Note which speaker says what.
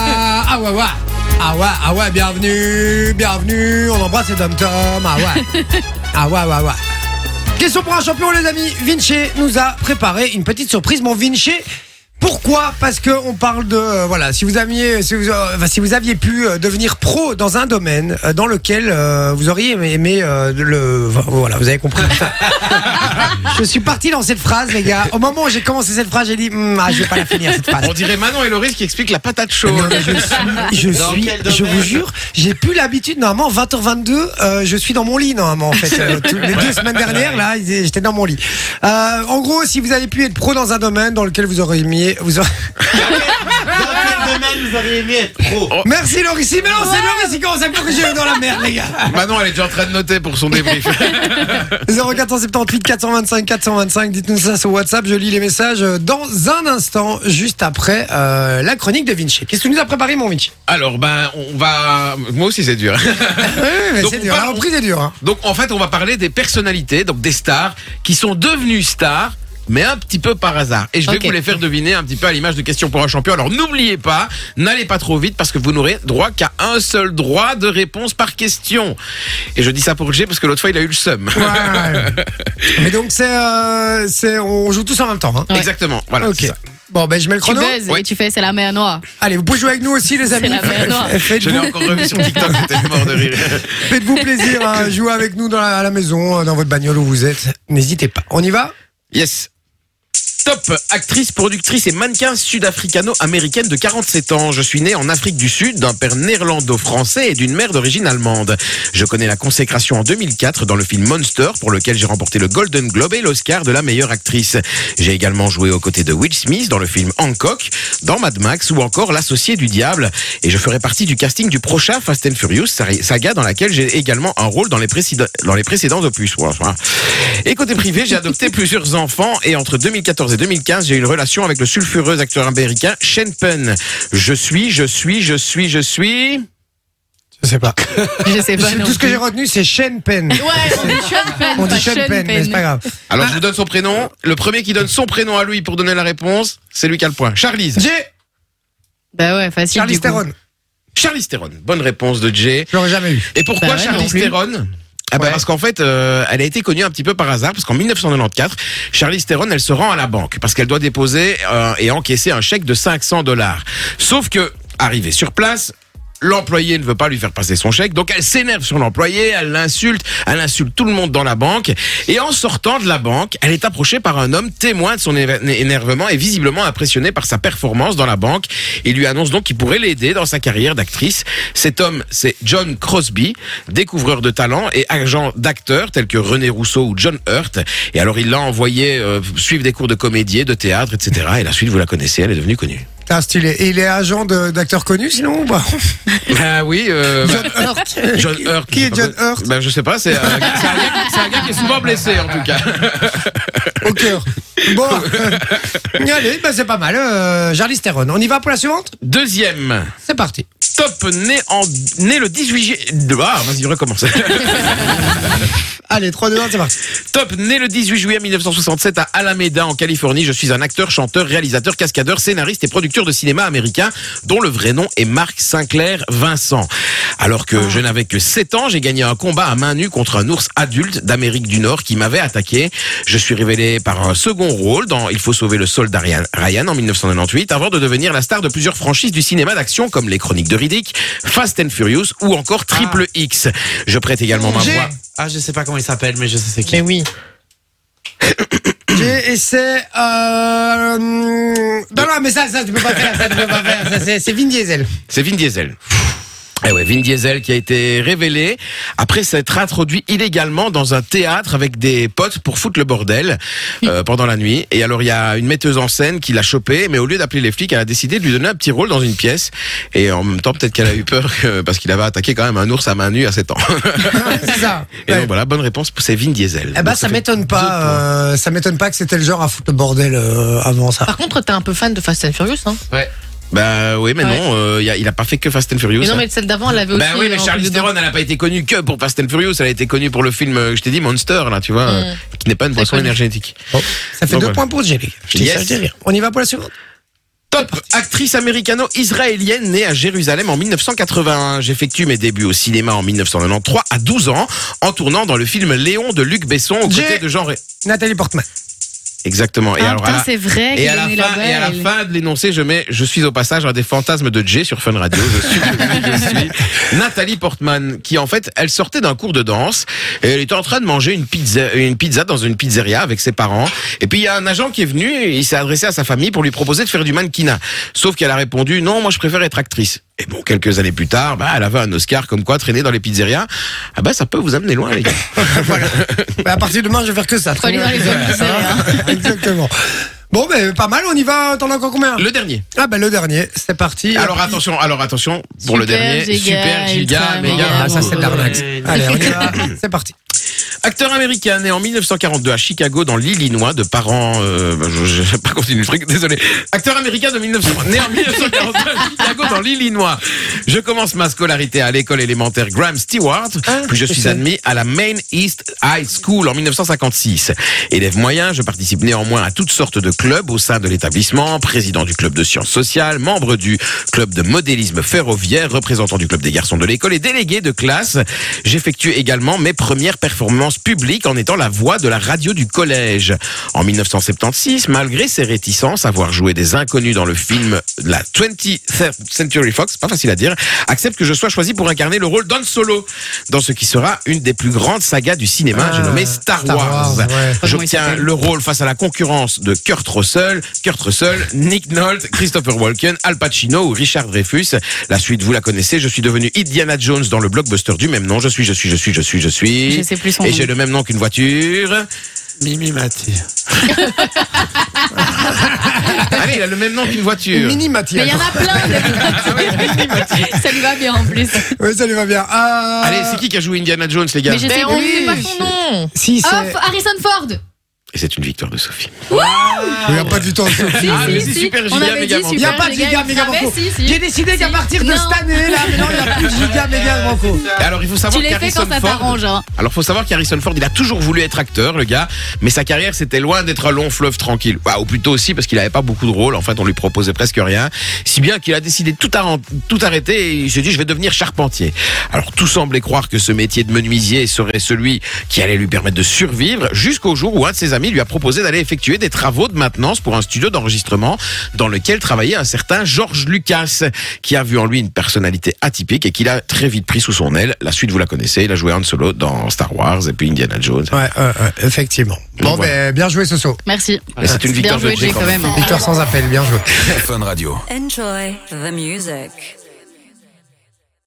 Speaker 1: ouais, ouais. Ah ouais, ah ouais, bienvenue, bienvenue. On embrasse les Dom Tom. Ah ouais. ah ouais, ouais, ouais. Question pour un champion, les amis. Vinci nous a préparé une petite surprise. Mon Vinci. Pourquoi Parce que on parle de euh, voilà si vous aviez si vous, euh, enfin, si vous aviez pu euh, devenir pro dans un domaine euh, dans lequel euh, vous auriez aimé, aimé, euh, le enfin, voilà vous avez compris je suis parti dans cette phrase les gars au moment où j'ai commencé cette phrase j'ai dit Hmm, ah, je vais pas la finir cette phrase
Speaker 2: On dirait Manon et Loris qui expliquent la patate chaude.
Speaker 1: je suis, je,
Speaker 2: Dans
Speaker 1: suis-
Speaker 2: quel
Speaker 1: je
Speaker 2: domaine
Speaker 1: vous jure, j'ai plus l'habitude. Normalement, 20h22, euh, je suis dans mon lit, normalement, en fait. Euh, tout- les deux semaines dernières, là, j'étais dans mon lit. Euh, en gros, si vous avez pu être pro dans un domaine dans lequel vous auriez aimé. Vous aurez-
Speaker 3: vous auriez aimé être pro.
Speaker 1: Merci, Loris. Mais non, c'est Loris qui commence à me corriger dans la merde, les gars.
Speaker 2: Manon, elle est déjà en train de noter pour son débrief.
Speaker 1: 0478 425 425, dites-nous ça sur WhatsApp. Je lis les messages euh, dans un instant, juste après euh, la chronique de Vinci. Qu'est-ce que tu nous as préparé, mon Vinci
Speaker 2: Alors, ben, on va. Moi aussi, c'est dur.
Speaker 1: Oui, mais
Speaker 2: Donc,
Speaker 1: c'est
Speaker 2: on
Speaker 1: dur.
Speaker 2: parle-
Speaker 1: La reprise est dure. hein.
Speaker 2: Donc, en fait, on va parler des personnalités, donc des stars, qui sont devenues stars. Mais un petit peu par hasard. Et je vais
Speaker 4: Ok.
Speaker 2: vous les faire deviner un petit peu à l'image de Question pour un champion. Alors n'oubliez pas, n'allez pas trop vite parce que vous n'aurez droit qu'à un seul droit de réponse par question. Et je dis ça pour G parce que l'autre fois il a eu le seum.
Speaker 1: Ouais, ouais, ouais. Mais donc c'est, euh, c'est, on joue tous en même temps. hein.
Speaker 4: Ouais.
Speaker 2: Exactement. Voilà.
Speaker 1: Ok.
Speaker 2: c'est ça.
Speaker 1: Bon, ben je mets le
Speaker 4: Tu
Speaker 1: chrono.
Speaker 4: buzzes
Speaker 2: Oui.
Speaker 4: et tu fais c'est la mer noire.
Speaker 1: Allez, vous pouvez jouer avec nous aussi, les amis.
Speaker 4: la mer noire.
Speaker 2: Je l'ai
Speaker 1: Faites-vous,
Speaker 2: encore revu sur TikTok, j'étais mort de rire.
Speaker 1: faites-vous plaisir, hein. jouez avec nous dans la, à la maison, euh, dans votre bagnole où vous êtes. N'hésitez pas. On y va
Speaker 2: Yes. Top actrice, productrice et mannequin sud-africano-américaine de 47 ans. Je suis née en Afrique du Sud d'un père néerlando-français et d'une mère d'origine allemande. Je connais la consécration en 2004 dans le film Monster pour lequel j'ai remporté le Golden Globe et l'Oscar de la meilleure actrice. J'ai également joué aux côtés de Will Smith dans le film Hancock, dans Mad Max ou encore L'associé du diable. Et je ferai partie du casting du prochain Fast and Furious sari- saga dans laquelle j'ai également un rôle dans les, précédents- dans les précédents opus. Ouais, enfin. Et côté privé, j'ai adopté plusieurs enfants et entre 2014 et 2015, j'ai eu une relation avec le sulfureux acteur américain Sean Penn. Je suis, je suis, je suis, je suis.
Speaker 1: Je sais pas.
Speaker 4: Je sais pas. non
Speaker 1: Tout ce que
Speaker 4: plus.
Speaker 1: j'ai retenu, c'est Shane Penn.
Speaker 4: Ouais, on dit Sean Penn.
Speaker 1: On dit
Speaker 4: pas
Speaker 1: Shane
Speaker 4: Sean
Speaker 1: Penn, mais c'est pas grave.
Speaker 2: Alors je vous donne son prénom. Le premier qui donne son prénom à lui pour donner la réponse, c'est lui qui a le point. Charlize.
Speaker 1: J'ai
Speaker 4: Bah ouais, facile.
Speaker 1: Charlie
Speaker 4: du coup.
Speaker 1: Theron.
Speaker 2: Charlize Theron. Bonne réponse de Jay.
Speaker 1: Je l'aurais jamais eu.
Speaker 2: Et pourquoi
Speaker 4: Bah ouais, non
Speaker 2: Charlize
Speaker 4: plus.
Speaker 2: Theron ah bah
Speaker 1: Ouais.
Speaker 2: parce qu'en fait, euh, elle a été connue un petit peu par hasard, parce qu'en 1994, Charlize Theron, elle se rend à la banque, parce qu'elle doit déposer euh, et encaisser un chèque de 500 dollars. Sauf que, arrivée sur place, l'employé ne veut pas lui faire passer son chèque, donc elle s'énerve sur l'employé, elle l'insulte, elle insulte tout le monde dans la banque, et en sortant de la banque, elle est approchée par un homme témoin de son éver- énervement et visiblement impressionné par sa performance dans la banque. Il lui annonce donc qu'il pourrait l'aider dans sa carrière d'actrice. Cet homme, c'est John Crosby, découvreur de talent et agent d'acteurs tels que René Rousseau ou John Hurt. Et alors il l'a envoyé euh, suivre des cours de comédie, de théâtre, etc. Et la suite, vous la connaissez, elle est devenue connue.
Speaker 1: Ah, stylé. Et il est agent de- d'acteurs connus, sinon ou pas
Speaker 2: Ah oui, euh,
Speaker 1: John Hurt.
Speaker 2: John Hurt.
Speaker 1: Qui est John Hurt
Speaker 2: Ben, je sais pas, c'est euh, c'est un, gars- c'est un gars qui est souvent blessé en tout cas.
Speaker 1: Au cœur. Bon. Allez, bah, c'est pas mal. Euh, Charlie Theron. On y va pour la suivante
Speaker 2: Deuxième,
Speaker 1: C'est parti.
Speaker 2: top né, en, né le 18 juillet. Ah, vas-y, recommence.
Speaker 1: Allez, 3, 2, 1, c'est parti.
Speaker 2: Top, né le 18 juillet 1967 à Alameda en Californie, je suis un acteur, chanteur, réalisateur, cascadeur, scénariste et producteur de cinéma américain dont le vrai nom est Marc Sinclair Vincent. Alors que je n'avais que 7 ans, j'ai gagné un combat à main nue contre un ours adulte d'Amérique du Nord qui m'avait attaqué. Je suis révélé par un second rôle dans Il faut sauver le soldat Ryan Ryan en 1998 avant de devenir la star de plusieurs franchises du cinéma d'action comme Les Chroniques de Riddick, Fast and Furious ou encore Triple X. Je prête également ma
Speaker 1: J'ai-
Speaker 2: voix.
Speaker 3: Ah, je sais pas comment il s'appelle, mais je sais c'est qui.
Speaker 4: oui.
Speaker 1: Ok, et c'est. Euh... Non, non, mais ça, ça, tu peux pas faire, ça, tu peux pas faire. Ça, c'est, c'est Vin Diesel.
Speaker 2: C'est Vin Diesel. Eh ouais, Vin Diesel qui a été révélé après s'être introduit illégalement dans un théâtre avec des potes pour foutre le bordel euh, pendant la nuit. Et alors il y a une metteuse en scène qui l'a chopé, mais au lieu d'appeler les flics, elle a décidé de lui donner un petit rôle dans une pièce. Et en même temps, peut-être qu'elle a eu peur que- parce qu'il avait attaqué quand même un ours à main nue à 7 ans.
Speaker 1: c'est ça.
Speaker 2: Et
Speaker 1: Ouais.
Speaker 2: donc voilà, bonne réponse, c'est Vin Diesel.
Speaker 4: Ah
Speaker 1: Eh ben,
Speaker 4: bah,
Speaker 2: Donc,
Speaker 1: ça
Speaker 2: fait
Speaker 1: m'étonne pas. euh, ça m'étonne pas que c'était le genre à foutre le bordel euh, avant ça.
Speaker 4: Par contre, t'es un peu fan de Fast and Furious, hein
Speaker 2: Bah oui, mais
Speaker 4: Ouais.
Speaker 2: non, euh, il a, il a pas fait que Fast and Furious.
Speaker 4: Mais non,
Speaker 2: hein.
Speaker 4: mais celle d'avant, elle avait aussi.
Speaker 2: Ben oui, mais
Speaker 4: un
Speaker 2: Charlize
Speaker 4: truc dedans.
Speaker 2: Theron, elle n'a pas été connue que pour Fast and Furious, elle a été connue pour le film euh, que je t'ai dit Monster, là, tu vois, euh, qui n'est pas une boisson
Speaker 4: Mm. connu.
Speaker 2: énergétique.
Speaker 1: Ça fait
Speaker 2: Donc,
Speaker 1: deux
Speaker 2: ouais.
Speaker 1: points pour Jerry. Je dis
Speaker 2: bah. Yes.
Speaker 1: ça, je dis rien. On y va pour la suivante.
Speaker 2: Top actrice américano-israélienne née à Jérusalem en 1981. J'effectue mes débuts au cinéma en 1993 à 12 ans en tournant dans le film Léon de Luc Besson aux
Speaker 1: J'ai-
Speaker 2: côtés de Jean Ré.
Speaker 1: Nathalie Portman.
Speaker 2: Exactement. Et
Speaker 4: Ah,
Speaker 2: alors, à
Speaker 4: putain,
Speaker 2: la-
Speaker 4: c'est vrai.
Speaker 2: et
Speaker 4: qu'il
Speaker 2: à, la
Speaker 4: est
Speaker 2: fin,
Speaker 4: là-bas,
Speaker 2: et à la
Speaker 4: elle-
Speaker 2: fin de l'énoncé, je mets Je suis au passage un des fantasmes de Jay sur Fun Radio. Je suis, je suis Nathalie Portman, qui en fait, elle sortait d'un cours de danse et elle était en train de manger une pizza, une pizza dans une pizzeria avec ses parents. Et puis il y a un agent qui est venu et il s'est adressé à sa famille pour lui proposer de faire du mannequinat. Sauf qu'elle a répondu Non, moi je préfère être actrice. Et bon, quelques années plus tard, bah, elle avait un Oscar comme quoi traîner dans les pizzerias. Ah bah ça peut vous amener loin, les gars.
Speaker 1: Bah, à partir de demain, je vais faire que ça. hein.
Speaker 4: Faut aller dans les zones pizzeria.
Speaker 1: Exactement. Bon, mais pas mal, on y va. T'en as encore combien
Speaker 2: Le dernier.
Speaker 1: Ah, ben le dernier, c'est parti.
Speaker 2: Alors attention, alors attention pour le
Speaker 4: Super,
Speaker 2: dernier.
Speaker 4: Giga,
Speaker 2: super
Speaker 4: ultra,
Speaker 2: Giga, méga.
Speaker 4: méga,
Speaker 1: Ah, ça, c'est de l'arnaque.
Speaker 3: Ouais.
Speaker 1: Allez, on y va. C'est parti.
Speaker 2: Acteur américain né en 1942 à Chicago dans l'Illinois de parents euh, bah, je, je vais pas continuer le truc désolé acteur américain de 1900 né en 1942 à Chicago dans l'Illinois je commence ma scolarité à l'école élémentaire Graham Stewart
Speaker 4: Ah,
Speaker 2: puis je suis admis à la Main East High School en 1956 élève moyen je participe néanmoins à toutes sortes de clubs au sein de l'établissement président du club de sciences sociales membre du club de modélisme ferroviaire représentant du club des garçons de l'école et délégué de classe J'effectue également mes premières performances publiques en étant la voix de la radio du collège. En 1976, malgré ses réticences à voir jouer des inconnus dans le film de la 20th Century Fox, pas facile à dire, accepte que je sois choisi pour incarner le rôle d'Han Solo dans ce qui sera une des plus grandes sagas du cinéma,
Speaker 1: Ah,
Speaker 2: j'ai nommé Star,
Speaker 1: Star Wars,
Speaker 2: Wars.
Speaker 1: ouais.
Speaker 4: Comment il
Speaker 2: J'obtiens
Speaker 4: s'appelle
Speaker 2: le rôle face à la concurrence de Kurt Russell, Kurt Russell, Nick Nolte, Christopher Walken, Al Pacino ou Richard Dreyfus. La suite, vous la connaissez. Je suis devenu Indiana Jones dans le blockbuster du même nom. Je suis, je suis, je suis, je suis, je suis.
Speaker 4: Je sais plus son
Speaker 2: Et
Speaker 4: nom.
Speaker 2: j'ai le même nom qu'une voiture.
Speaker 3: Mimi Mati.
Speaker 2: Allez, il a le même nom qu'une voiture.
Speaker 1: Mini Mathieu.
Speaker 4: Mais il y en a plein. des- ça lui va bien en plus.
Speaker 1: Oui, ça lui va bien. Ah,
Speaker 2: Allez, c'est qui qui a joué Indiana Jones, les gars
Speaker 4: Mais je sais
Speaker 5: Mais on
Speaker 4: plus.
Speaker 5: sait pas son nom.
Speaker 1: Si,
Speaker 5: Ah,
Speaker 1: c'est.
Speaker 5: F- Harrison Ford.
Speaker 2: Et c'est une victoire de Sophie.
Speaker 1: Ah, Il n'y a pas du temps.
Speaker 5: Si,
Speaker 2: Ah, mais
Speaker 5: si,
Speaker 2: c'est
Speaker 5: si.
Speaker 2: super
Speaker 5: On
Speaker 2: giga,
Speaker 5: avait
Speaker 2: méga
Speaker 5: dit
Speaker 2: banco.
Speaker 1: Il n'y a pas de
Speaker 5: giga,
Speaker 1: giga méga
Speaker 5: Ah, ben,
Speaker 1: banco.
Speaker 5: si, si.
Speaker 1: J'ai décidé qu'à partir de
Speaker 5: Non.
Speaker 1: cette année, là, maintenant, il n'y a plus de giga méga banco.
Speaker 2: Et alors, il faut savoir
Speaker 5: Tu les fais
Speaker 2: qu'Harrison
Speaker 5: quand ça
Speaker 2: Ford,
Speaker 5: t'arrange. hein.
Speaker 2: Alors faut savoir qu'Harrison Ford, il a toujours voulu être acteur, le gars, mais sa carrière c'était loin d'être un long fleuve tranquille. Bah, ou plutôt aussi parce qu'il avait pas beaucoup de rôles, en fait on lui proposait presque rien, si bien qu'il a décidé de tout, arran- tout arrêter et il s'est dit je vais devenir charpentier. Alors tout semblait croire que ce métier de menuisier serait celui qui allait lui permettre de survivre jusqu'au jour où un de ses amis lui a proposé d'aller effectuer des travaux de maintenance pour un studio d'enregistrement dans lequel travaillait un certain George Lucas qui a vu en lui une personnalité atypique et qu'il a très vite pris sous son aile. La suite, vous la connaissez, il a joué Han Solo dans Star Wars et puis Indiana Jones.
Speaker 1: Ouais, ouais, ouais, effectivement. Bon,
Speaker 2: Donc, voilà.
Speaker 1: ben, bien joué, Soso.
Speaker 4: Merci.
Speaker 2: Et c'est une
Speaker 4: Bien
Speaker 2: victoire
Speaker 4: joué,
Speaker 2: de Jay
Speaker 4: Jay,
Speaker 2: quand
Speaker 4: quand même.
Speaker 1: Victoire sans appel, bien joué.
Speaker 6: Fun Radio.
Speaker 7: Enjoy the music.